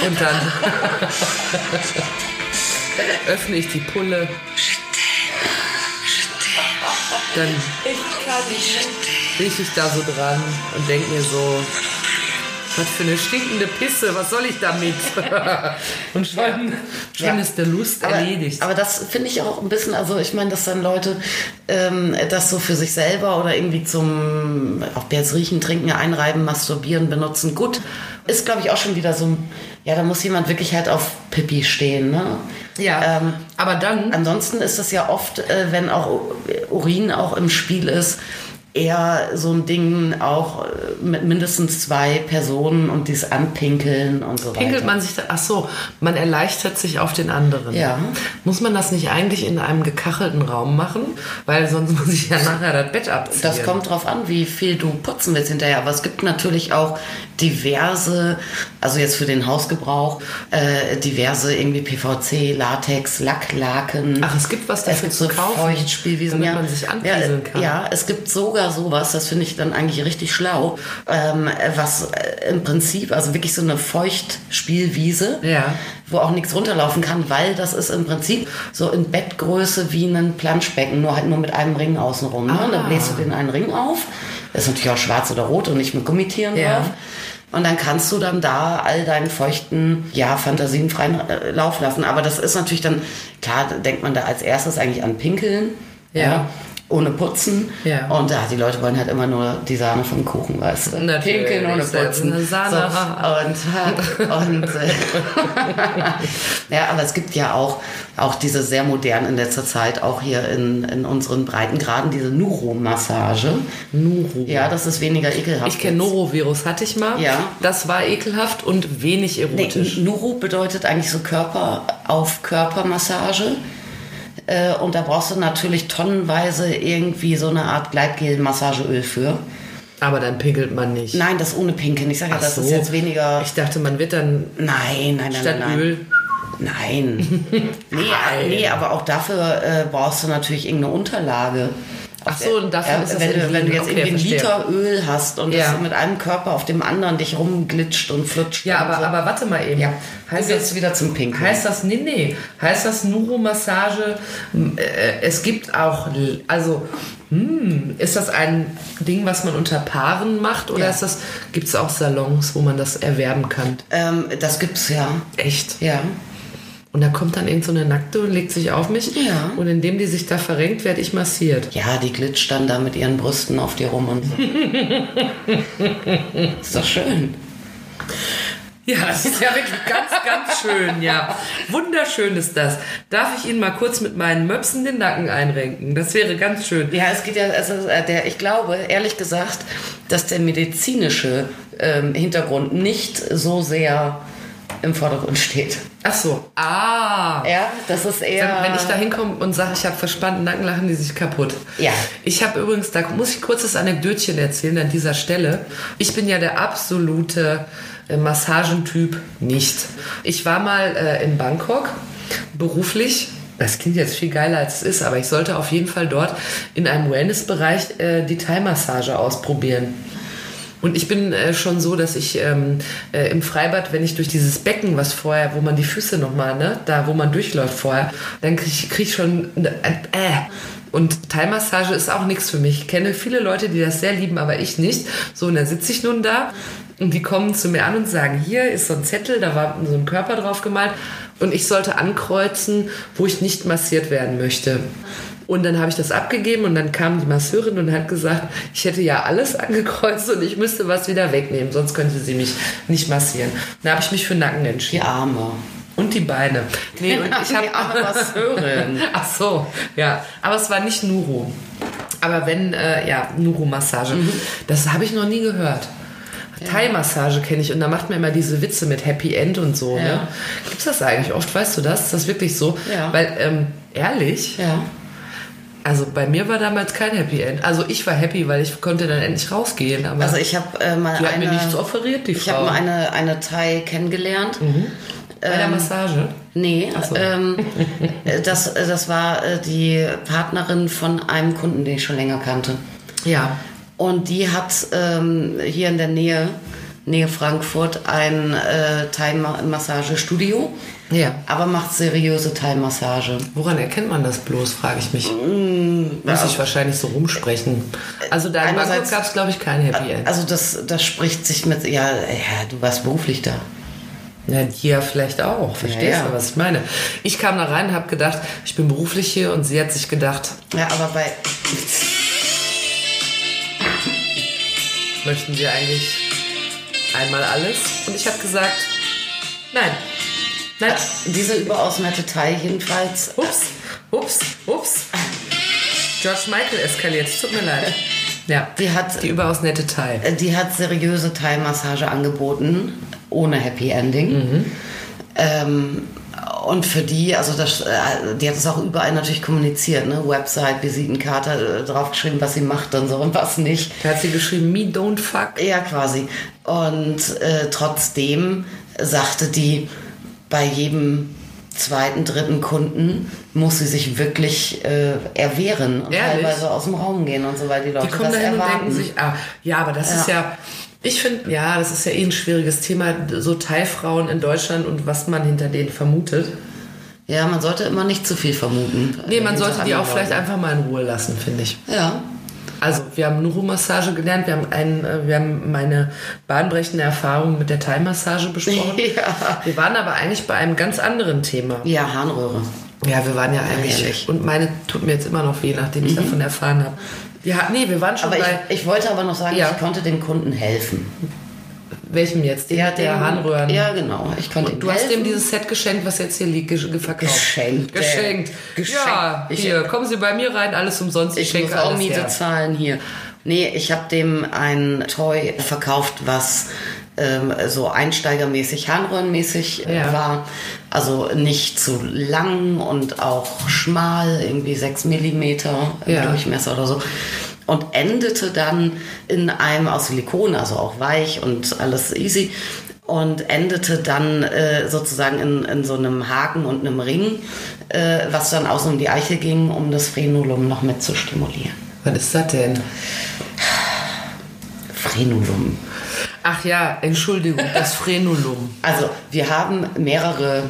B: Und dann öffne ich die Pulle. Dann rieche ich da so dran und denke mir so, was für eine stinkende Pisse, was soll ich damit? Und schon, schon
C: Ja.
B: ist der Lust
C: aber,
B: erledigt.
C: Aber das finde ich auch ein bisschen, also ich meine, dass dann Leute ähm, das so für sich selber oder irgendwie zum, ob jetzt riechen, trinken, einreiben, masturbieren, benutzen, gut, ist glaube ich auch schon wieder so, ein- ja, da muss jemand wirklich halt auf Pipi stehen, ne?
B: ja,
C: Ähm,
B: aber dann
C: Ansonsten ist das ja oft, äh, wenn auch U- Urin auch im Spiel ist, eher so ein Ding auch äh, mit mindestens zwei Personen und dies anpinkeln und so
B: Pinkelt
C: weiter.
B: man sich da, ach so, man erleichtert sich auf den anderen.
C: Ja.
B: Muss man das nicht eigentlich in einem gekachelten Raum machen? Weil sonst muss ich ja nachher das Bett abziehen.
C: Das kommt drauf an, wie viel du putzen willst hinterher. Aber es gibt natürlich auch diverse, also jetzt für den Hausgebrauch, äh, diverse irgendwie PVC, Latex, Lacklaken.
B: Ach, es gibt was
C: Es
B: dafür
C: gibt
B: zu
C: so
B: kaufen.
C: Feuchtspielwiesen,
B: damit
C: ja.
B: man sich
C: ja,
B: anpieseln
C: äh,
B: kann.
C: ja, es gibt sogar sowas, das finde ich dann eigentlich richtig schlau, ähm, äh, was äh, im Prinzip, also wirklich so eine Feuchtspielwiese,
B: Ja.
C: wo auch nichts runterlaufen kann, weil das ist im Prinzip so in Bettgröße wie ein Planschbecken, nur halt nur mit einem Ring außenrum. Ne?
B: Ah.
C: Und dann bläst du den einen Ring auf, ist natürlich auch schwarz oder rot und nicht mit Gummitieren
B: Ja.
C: drauf. Und dann kannst du dann da all deinen feuchten, ja, Fantasien freien äh, Lauf lassen. Aber das ist natürlich dann, klar, denkt man da als erstes eigentlich an Pinkeln.
B: Ja.
C: Ohne Putzen.
B: Ja.
C: Und da, die Leute wollen halt immer nur die Sahne vom Kuchen, weißt du.
B: Natürlich,
C: Pinkeln ohne
B: selbst
C: Putzen.
B: eine Sahne.
C: So, und und äh, ja, aber es gibt ja auch, auch diese sehr modern in letzter Zeit, auch hier in, in unseren Breitengraden, diese Nuro-Massage.
B: Nuro.
C: Ja, das ist weniger ekelhaft.
B: Ich kenne Norovirus, hatte ich mal.
C: Ja.
B: Das war ekelhaft und wenig erotisch.
C: Nee, Nuru bedeutet eigentlich so Körper auf Körpermassage. Äh, Und da brauchst du natürlich tonnenweise irgendwie so eine Art Gleitgel-Massageöl für.
B: Aber dann pinkelt man nicht.
C: Nein, das ohne Pinkeln. Ich sage ja,
B: Ach
C: das
B: so.
C: ist jetzt weniger.
B: Ich dachte, man wird dann
C: nein, nein, nein,
B: statt
C: nein.
B: Öl.
C: Nein. nee,
B: Nein.
C: nee, aber auch dafür äh, brauchst du natürlich irgendeine Unterlage.
B: Ach so, und dafür ist das
C: wenn,
B: in
C: du, wenn
B: Wien.
C: du jetzt
B: Okay,
C: irgendwie
B: verstehe.
C: einen Liter Öl hast und
B: Ja.
C: das mit einem Körper auf dem anderen dich rumglitscht und flutscht.
B: Ja,
C: und so.
B: aber, aber warte mal eben.
C: Also- Ja.
B: Heißt
C: du
B: das,
C: willst wieder zum Pinkeln.
B: Heißt das, nee, nee, heißt das Nuro-Massage, m, äh, es gibt auch, l- also, hm, ist das ein Ding, was man unter Paaren macht oder
C: Ja.
B: ist das, gibt es auch Salons, wo man das erwerben kann?
C: ähm, das gibt's ja.
B: Echt?
C: Ja.
B: Und da kommt dann irgend so eine Nackte und legt sich auf mich
C: Ja.
B: und indem die sich da verrenkt, werde ich massiert.
C: Ja, die glitscht dann da mit ihren Brüsten auf dir rum und so. ist doch schön.
B: Ja, das ist ja wirklich ganz, ganz schön, ja. Wunderschön ist das. Darf ich Ihnen mal kurz mit meinen Möpsen den Nacken einrenken? Das wäre ganz schön.
C: Ja, es geht ja, also äh, der, ich glaube, ehrlich gesagt, dass der medizinische ähm, Hintergrund nicht so sehr im Vordergrund steht.
B: Ach so. Ah.
C: Ja, das ist eher.
B: Dann, wenn ich da hinkomme und sage, ich habe verspannten Nacken, lachen die sich kaputt.
C: Ja.
B: Ich habe übrigens, da muss ich kurz das Anekdötchen erzählen an dieser Stelle. Ich bin ja der absolute äh, Massagentyp nicht. Ich war mal äh, in Bangkok beruflich. Das klingt jetzt viel geiler als es ist, aber ich sollte auf jeden Fall dort in einem Wellnessbereich äh, die Thai-Massage ausprobieren. Und ich bin äh, schon so, dass ich ähm, äh, im Freibad, wenn ich durch dieses Becken, was vorher, wo man die Füße nochmal, ne, da wo man durchläuft vorher, dann kriege ich, krieg ich schon. Äh, äh. Und Teilmassage ist auch nichts für mich. Ich kenne viele Leute, die das sehr lieben, aber ich nicht. So, und da sitze ich nun da und die kommen zu mir an und sagen, hier ist so ein Zettel, da war so ein Körper drauf gemalt und ich sollte ankreuzen, wo ich nicht massiert werden möchte. Und dann habe ich das abgegeben und dann kam die Masseurin und hat gesagt, ich hätte ja alles angekreuzt und ich müsste was wieder wegnehmen, sonst könnte sie mich nicht massieren. Dann habe ich mich für Nacken
C: die
B: entschieden.
C: Arme.
B: Und die Beine. Nee, und ich habe
C: Die Arme was hören.
B: Ach so, ja. Aber es war nicht
C: Mhm.
B: Nuro. Aber wenn, äh, ja, Nuro-Massage. Das habe ich noch nie gehört. Thai-Massage kenne ich und da macht man immer diese Witze mit Happy End und so.
C: Ja.
B: Ne? Gibt es das eigentlich oft? Weißt du das? Ist das wirklich so?
C: Ja.
B: Weil, ähm, ehrlich,
C: Ja.
B: also bei mir war damals kein Happy End. Also ich war happy, weil ich konnte dann endlich rausgehen. Aber
C: Also ich habe äh, mal
B: die hat
C: eine.
B: mir nichts offeriert, die
C: ich
B: Frau.
C: habe mal ähm, eine, eine Thai kennengelernt.
B: bei der Massage.
C: Nee,
B: Mhm. so.
C: ähm, äh, das, äh, das war äh, die Partnerin von einem Kunden, den ich schon länger kannte.
B: Ja.
C: Und die hat ähm, hier in der Nähe, Nähe Frankfurt, ein äh, Thai-Massagestudio,
B: Ja.
C: aber macht seriöse Thai-Massage.
B: Woran erkennt man das bloß, frage ich mich. Muss
C: Mm, ja.
B: ich wahrscheinlich so rumsprechen. Also da in Bangkok
C: Einerseits-
B: gab es, glaube ich, kein Happy End.
C: Also das, das spricht sich mit, ja, ja, du warst beruflich da.
B: Ja, hier vielleicht auch. Verstehst
C: Ja, ja.
B: du, was ich meine? Ich kam da rein und habe gedacht, ich bin beruflich hier und sie hat sich gedacht,
C: Ja, aber bei,
B: möchten Sie eigentlich einmal alles? Und ich habe gesagt, nein. Nein.
C: diese überaus nette Thai jedenfalls,
B: Ups, ups, ups. George Michael eskaliert, es tut mir leid. Ja,
C: Die hat-
B: die überaus nette Teil.
C: die hat seriöse Thai-Massage angeboten, ohne Happy Ending.
B: Mhm.
C: Ähm, und für die, also das, äh, die hat es auch überall natürlich kommuniziert, ne? Website, Visitenkarte, äh, draufgeschrieben, was sie macht und so und was nicht.
B: Da hat sie geschrieben, me don't fuck.
C: Ja, quasi. Und äh, trotzdem sagte die, bei jedem zweiten, dritten Kunden muss sie sich wirklich äh, erwehren und
B: Ehrlich?
C: teilweise aus dem Raum gehen und so, weil die Leute
B: Die kommen
C: das
B: dahin
C: erwarten.
B: und denken sich, ah, ja, aber das ist ja, ich finde, ja, das ist ja eh ein schwieriges Thema, so Teilfrauen in Deutschland und was man hinter denen vermutet.
C: ja, man sollte immer nicht zu viel vermuten.
B: Nee, man
C: Äh,
B: sollte die auch
C: andere
B: vielleicht einfach mal in Ruhe lassen, finde ich.
C: Leute. Ja.
B: Also, wir haben Nuru-Massage gelernt, wir haben, einen, äh, wir haben meine bahnbrechende Erfahrung mit der Thai-Massage besprochen.
C: Ja.
B: Wir waren aber eigentlich bei einem ganz anderen Thema.
C: ja, Harnröhre.
B: Ja, wir waren ja eigentlich.
C: Ehrlich. Mhm.
B: Und meine tut mir jetzt immer noch weh, nachdem ich davon erfahren habe. Ja, nee, wir waren schon
C: Aber ich,
B: bei
C: ich wollte aber noch sagen,
B: Ja.
C: ich konnte dem Kunden helfen.
B: welchem jetzt? Den mit der
C: dem-
B: Harnröhren.
C: Ja, genau. Ich konnte ihm
B: Du hast
C: helfen.
B: dem dieses Set geschenkt, was jetzt hier liegt, ge- ge- verkauft.
C: Geschenkt, ey.
B: Geschenkt.
C: Geschenkt.
B: Ja,
C: Ich-
B: hier, kommen Sie bei mir rein, alles umsonst. Ich,
C: Ich muss
B: schenke
C: auch
B: alles
C: Miete
B: her.
C: zahlen hier. Nee, ich habe dem ein Toy verkauft, was ähm, so einsteigermäßig, Harnröhrenmäßig äh,
B: Ja.
C: war. Also nicht zu lang und auch schmal, irgendwie 6 Millimeter im
B: Ja.
C: Äh, Durchmesser oder so. Und endete dann in einem aus Silikon, also auch weich und alles easy. Und endete dann äh, sozusagen in, in so einem Haken und einem Ring, äh, was dann außen um die Eiche ging, um das Frenulum noch mit zu stimulieren.
B: Was ist das denn?
C: Frenulum.
B: Ach ja, Entschuldigung, das Frenulum.
C: Also, wir haben mehrere.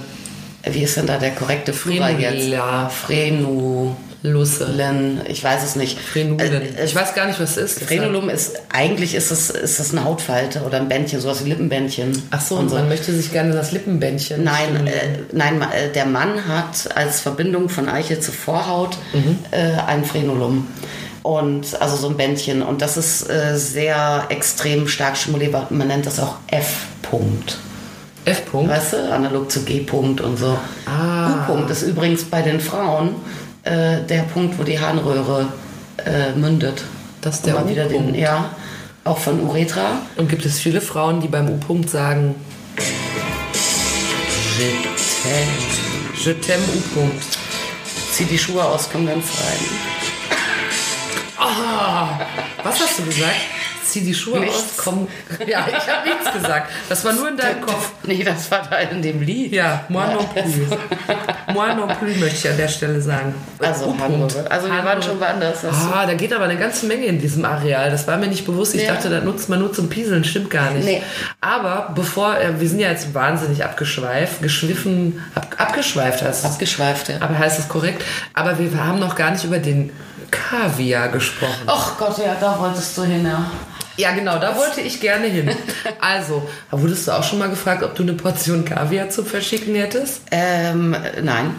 C: Wie ist denn da der korrekte Plural jetzt?
B: Frenula.
C: Frenulen. Ich weiß es nicht.
B: Frenulen.
C: Äh, äh,
B: Ich weiß gar nicht, was es ist.
C: Frenulum ist eigentlich ist es, ist es eine Hautfalte oder ein Bändchen, sowas wie Lippenbändchen.
B: Ach so,
C: Und
B: und man möchte sich gerne das Lippenbändchen.
C: Nein, äh, nein, ma- äh, der Mann hat als Verbindung von Eichel zur Vorhaut
B: Mhm.
C: äh, ein Frenulum. Und also so ein Bändchen. Und das ist äh, sehr extrem stark stimulierbar. Man nennt das auch F-Punkt.
B: F-Punkt.
C: Weißt du, analog zu G-Punkt und so. U-Punkt ist übrigens bei den Frauen äh, der Punkt, wo die Harnröhre äh, mündet.
B: Das ist
C: Und
B: der
C: man wieder den,
B: U-Punkt.
C: ja, auch von Uretra.
B: Und gibt es viele Frauen, die beim U-Punkt sagen, je t'aime U-Punkt.
C: Zieh die Schuhe aus, komm ganz rein.
B: Was hast du gesagt? Zieh die Schuhe
C: Nichts.
B: aus, komm. Ja, ich habe nichts gesagt. Das war nur in deinem Kopf.
C: Nee, das war da in dem Lied.
B: Ja, moi non plus. moi non plus möchte ich an der Stelle sagen.
C: Also,
B: U-Punkt.
C: Harnröhre. Also, wir waren schon woanders. Das-
B: Ah, da geht aber eine ganze Menge in diesem Areal. Das war mir nicht bewusst. Ich
C: Ja.
B: dachte, das nutzt man nur zum Pieseln. Stimmt gar nicht.
C: Nee.
B: Aber bevor, äh, wir sind ja jetzt wahnsinnig abgeschweift, geschwiffen, ab, abgeschweift heißt es.
C: Abgeschweift, ja.
B: Aber heißt das korrekt? Aber wir haben noch gar nicht über den Kaviar gesprochen.
C: Och Gott, ja, da wolltest du hin, ja.
B: Ja, genau, da wollte ich gerne hin. Also, wurdest du auch schon mal gefragt, ob du eine Portion Kaviar zu verschicken hättest?
C: Ähm, nein.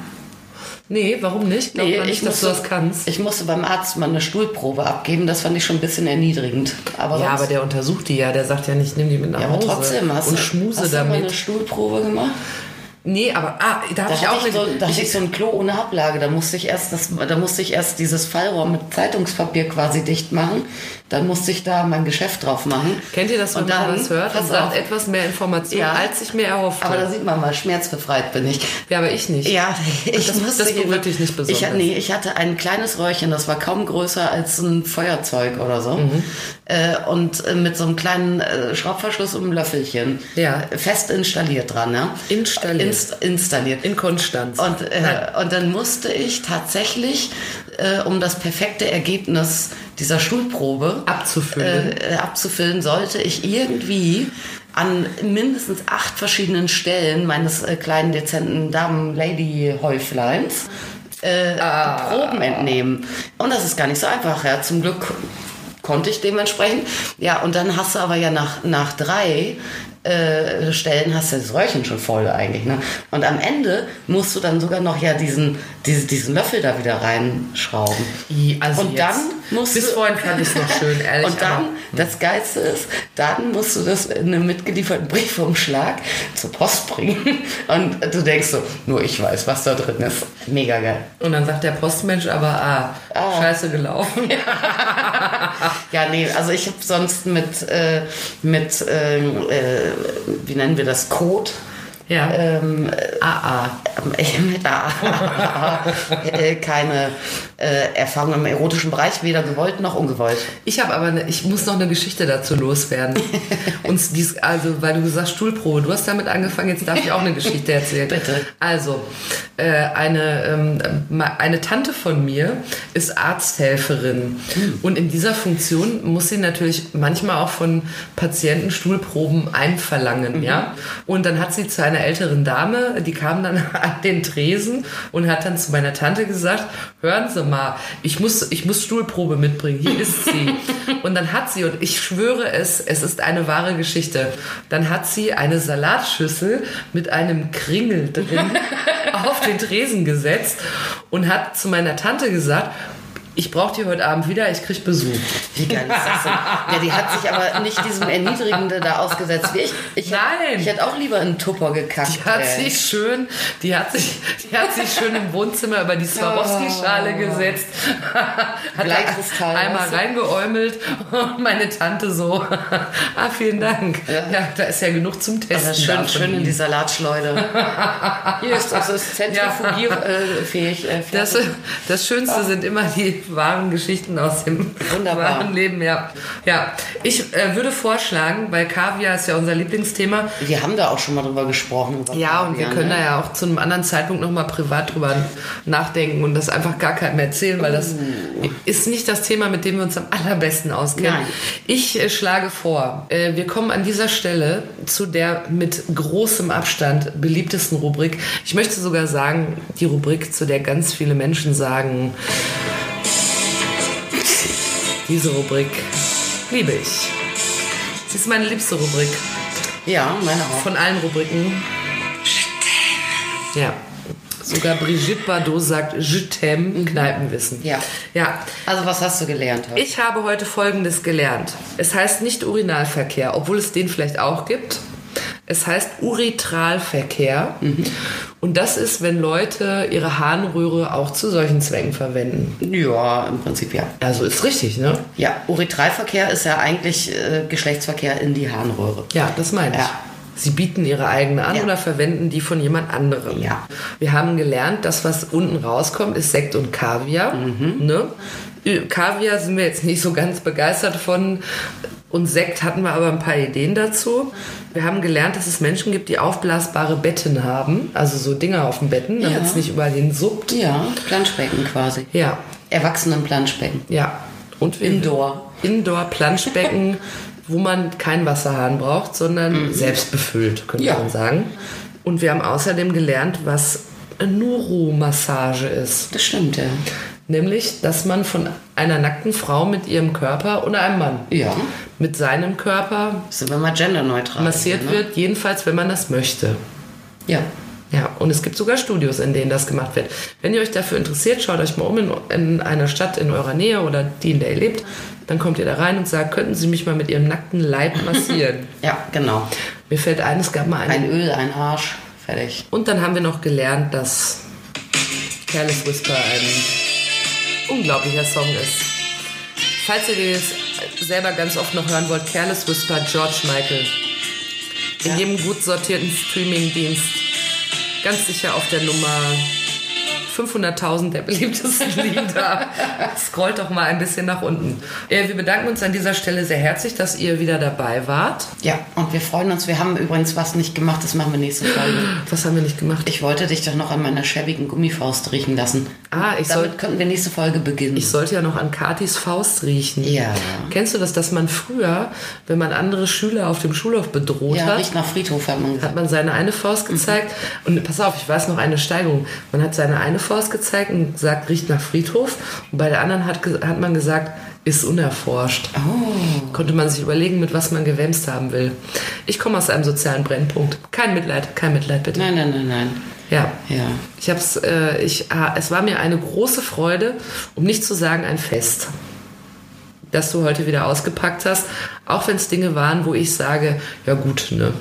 B: Nee, warum nicht? Glaubt man nicht, dass du das kannst.
C: Ich musste beim Arzt mal eine Stuhlprobe abgeben. Das fand ich schon ein bisschen erniedrigend. Aber
B: Ja,
C: sonst-
B: aber der untersucht die ja. Der sagt ja nicht, nimm die mit nach
C: Ja, aber
B: Hause
C: trotzdem hast
B: und
C: du,
B: schmuse
C: hast du mal eine
B: damit.
C: Stuhlprobe gemacht?
B: Nee, aber ah, da habe
C: Da
B: ich
C: hatte,
B: auch
C: ich so,
B: eine-
C: da hatte ich so ein Klo ohne Ablage. Da musste ich erst, das, da musste ich erst dieses Fallrohr mit Zeitungspapier quasi dicht machen. Dann musste ich da mein Geschäft drauf machen.
B: Kennt ihr das, wenn
C: Und dann,
B: man das hört und
C: pass
B: sagt äh,
C: auf.
B: etwas mehr Information,
C: Ja.
B: als ich mir erhofft
C: Aber da
B: habe?
C: sieht man mal, schmerzbefreit bin ich.
B: Ja, aber ich nicht.
C: Ja, ich
B: das-
C: musste
B: das
C: hier-
B: berührt dich nicht
C: Ich,
B: besonders.
C: nee, ich hatte ein kleines Röhrchen, das war kaum größer als ein Feuerzeug oder so.
B: Mhm.
C: Äh, und äh, mit so einem kleinen äh, Schraubverschluss und einem Löffelchen.
B: Ja.
C: Fest installiert dran, ja.
B: Installiert.
C: Inst installiert.
B: In Konstanz.
C: Und, äh, und dann musste ich tatsächlich, äh, um das perfekte Ergebnis dieser Schulprobe
B: Abzufüllen.
C: äh, äh, abzufüllen, sollte ich irgendwie an mindestens acht verschiedenen Stellen meines äh, kleinen, dezenten Damen-Lady-Häufleins äh, Proben entnehmen. Und das ist gar nicht so einfach. Ja. Zum Glück konnte ich dementsprechend. Ja, und dann hast du aber ja nach, nach drei äh, Stellen hast du das Röhrchen schon voll eigentlich. Ne? Und am Ende musst du dann sogar noch ja diesen, diese, diesen Löffel da wieder reinschrauben.
B: I, also
C: und
B: jetzt.
C: dann musst
B: Bis
C: du-
B: vorhin fand ich es noch schön, ehrlich.
C: und dann,
B: aber- hm.
C: das Geilste ist, dann musst du das in einem mitgelieferten Briefumschlag zur Post bringen. Und du denkst so, nur ich weiß, was da drin ist. Mega geil.
B: Und dann sagt der Postmensch aber, ah,
C: Ah.
B: scheiße gelaufen.
C: Ja, nee, also ich habe sonst mit, äh, mit ähm, äh, wie nennen wir das, Code.
B: Ja.
C: Ähm, äh,
B: Ah, ah.
C: ähm, ich- mit A, äh, keine äh, Erfahrung im erotischen Bereich, weder gewollt noch ungewollt.
B: Ich habe aber, ne, ich muss noch eine Geschichte dazu loswerden. Uns dies, also, weil du gesagt hast, Stuhlprobe, du hast damit angefangen, jetzt darf ich auch eine Geschichte erzählen.
C: Bitte.
B: Also, äh, eine, ähm, ma- eine Tante von mir ist Arzthelferin. Und in dieser Funktion muss sie natürlich manchmal auch von Patienten Stuhlproben einverlangen, ja. Und dann hat sie zu einer älteren Dame, die kam dann an den Tresen und hat dann zu meiner Tante gesagt, hören Sie mal, ich muss, ich muss Stuhlprobe mitbringen, hier ist sie. und dann hat sie, und ich schwöre es, es ist eine wahre Geschichte, dann hat sie eine Salatschüssel mit einem Kringel drin auf den Tresen gesetzt und hat zu meiner Tante gesagt, ich brauche die heute Abend wieder, ich krieg Besuch.
C: Wie geil ist das denn? Ja, die hat sich aber nicht diesem Erniedrigende da ausgesetzt wie ich. ich
B: Nein.
C: Hätte, ich hätte auch lieber einen Tupper gekackt.
B: Die hat
C: ey.
B: sich schön, die hat sich, die hat sich schön im Wohnzimmer über die Swarovski-Schale gesetzt, hat da
C: Bleikristall,
B: einmal
C: Oh. weißt du?
B: reingeäumelt und meine Tante so, ah, vielen Dank. Ja.
C: Ja.
B: da ist ja genug zum Testen.
C: Also
B: da
C: schön,
B: von
C: schön in
B: Ihnen.
C: die Salatschleuder. Hier ist das ist zentrifugierfähig. Äh,
B: das, das Schönste sind immer die wahren Geschichten aus dem
C: Wunderbar.
B: wahren Leben, ja. Ja, ich äh, würde vorschlagen, weil Kaviar ist ja unser Lieblingsthema,
C: wir haben da auch schon mal drüber gesprochen. über
B: Ja, und wir
C: Kaviar,
B: können
C: ne?
B: da ja auch zu einem anderen Zeitpunkt nochmal privat drüber nachdenken und das einfach gar keinem erzählen, weil das
C: Oh.
B: ist nicht das Thema, mit dem wir uns am allerbesten auskennen.
C: Nein.
B: Ich äh, schlage vor, äh, wir kommen an dieser Stelle zu der mit großem Abstand beliebtesten Rubrik. Ich möchte sogar sagen, die Rubrik, zu der ganz viele Menschen sagen, diese Rubrik liebe ich. Sie ist meine liebste Rubrik
C: Ja, meine auch.
B: von allen Rubriken. Ja. Sogar Brigitte Bardot sagt Je t'aime, Kneipenwissen.
C: Ja.
B: Ja.
C: Also was hast du gelernt heute?
B: Ich habe heute Folgendes gelernt. Es heißt nicht Urinalverkehr, obwohl es den vielleicht auch gibt. Es heißt Uretralverkehr. Und das ist, wenn Leute ihre Harnröhre auch zu solchen Zwecken verwenden.
C: Ja, im Prinzip ja.
B: Also ist richtig, ne?
C: Ja, Uretralverkehr ist ja eigentlich äh, Geschlechtsverkehr in die Harnröhre.
B: Ja, das meine ich.
C: Ja.
B: Sie bieten ihre eigene an
C: Ja.
B: oder verwenden die von jemand anderem.
C: Ja.
B: Wir haben gelernt, das, was unten rauskommt, ist Sekt und Kaviar.
C: Mhm.
B: Ne? Äh, Kaviar sind wir jetzt nicht so ganz begeistert von. Und Sekt hatten wir aber ein paar Ideen dazu. Wir haben gelernt, dass es Menschen gibt, die aufblasbare Betten haben. Also so Dinger auf den Betten, damit es
C: Ja.
B: nicht überall hin suppt.
C: Ja, Planschbecken quasi.
B: Ja,
C: Erwachsenen-Planschbecken.
B: ja. Und wir
C: Indoor.
B: Indoor-Planschbecken, wo man keinen Wasserhahn braucht, sondern selbst befüllt, könnte
C: Mhm. Ja.
B: man sagen. Und wir haben außerdem gelernt, was Nuru-Massage ist.
C: Das stimmt, ja.
B: Nämlich, dass man von einer nackten Frau mit ihrem Körper oder einem Mann
C: Ja.
B: mit seinem Körper
C: Sind wir mal genderneutral.
B: massiert
C: hier, ne?
B: wird, jedenfalls wenn man das möchte.
C: Ja.
B: Ja, und es gibt sogar Studios, in denen das gemacht wird. Wenn ihr euch dafür interessiert, schaut euch mal um in, in einer Stadt in eurer Nähe oder die, in der ihr lebt. Dann kommt ihr da rein und sagt, könnten Sie mich mal mit Ihrem nackten Leib massieren?
C: Ja, genau.
B: Mir fällt ein, es gab mal einen.
C: Ein Öl, ein Arsch. Fertig.
B: Und dann haben wir noch gelernt, dass Careless Whisper ein unglaublicher Song ist. Falls ihr den jetzt selber ganz oft noch hören wollt, Careless Whisper, George Michael. In
C: Ja.
B: jedem gut sortierten Streamingdienst. Ganz sicher auf der Nummer 500.000 der beliebtesten Lieder. Scrollt doch mal ein bisschen nach unten. Äh, Wir bedanken uns an dieser Stelle sehr herzlich, dass ihr wieder dabei wart.
C: Ja, und wir freuen uns. Wir haben übrigens was nicht gemacht, das machen wir nächste Folge.
B: Was haben wir nicht gemacht?
C: Ich wollte dich doch noch an meiner schäbigen Gummifaust riechen lassen.
B: Ah, ich
C: Damit
B: soll-
C: könnten wir nächste Folge beginnen.
B: Ich sollte ja noch an Katis Faust riechen.
C: Ja.
B: Kennst du das, dass man früher, wenn man andere Schüler auf dem Schulhof bedroht
C: ja,
B: hat,
C: riecht nach Friedhof, hat man gesagt.
B: hat man seine eine Faust gezeigt und pass auf, ich weiß noch eine Steigerung. Man hat seine eine Faust gezeigt und gesagt, riecht nach Friedhof und bei der anderen hat, ge- hat man gesagt, ist unerforscht.
C: Oh.
B: Konnte man sich überlegen, mit was man gewämst haben will. Ich komme aus einem sozialen Brennpunkt. Kein Mitleid, kein Mitleid bitte.
C: Nein, nein, nein, nein.
B: Ja.
C: Ja.
B: Ich hab's, äh, ich, ah, es war mir eine große Freude, um nicht zu sagen ein Fest, dass du heute wieder ausgepackt hast, auch wenn es Dinge waren, wo ich sage, ja gut, ne.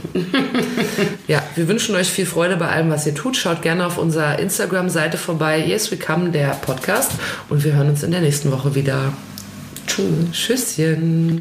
B: ja, wir wünschen euch viel Freude bei allem, was ihr tut. Schaut gerne auf unserer Instagram-Seite vorbei. Yes, we come, der Podcast. Und wir hören uns in der nächsten Woche wieder. Tschüss. Tschüsschen.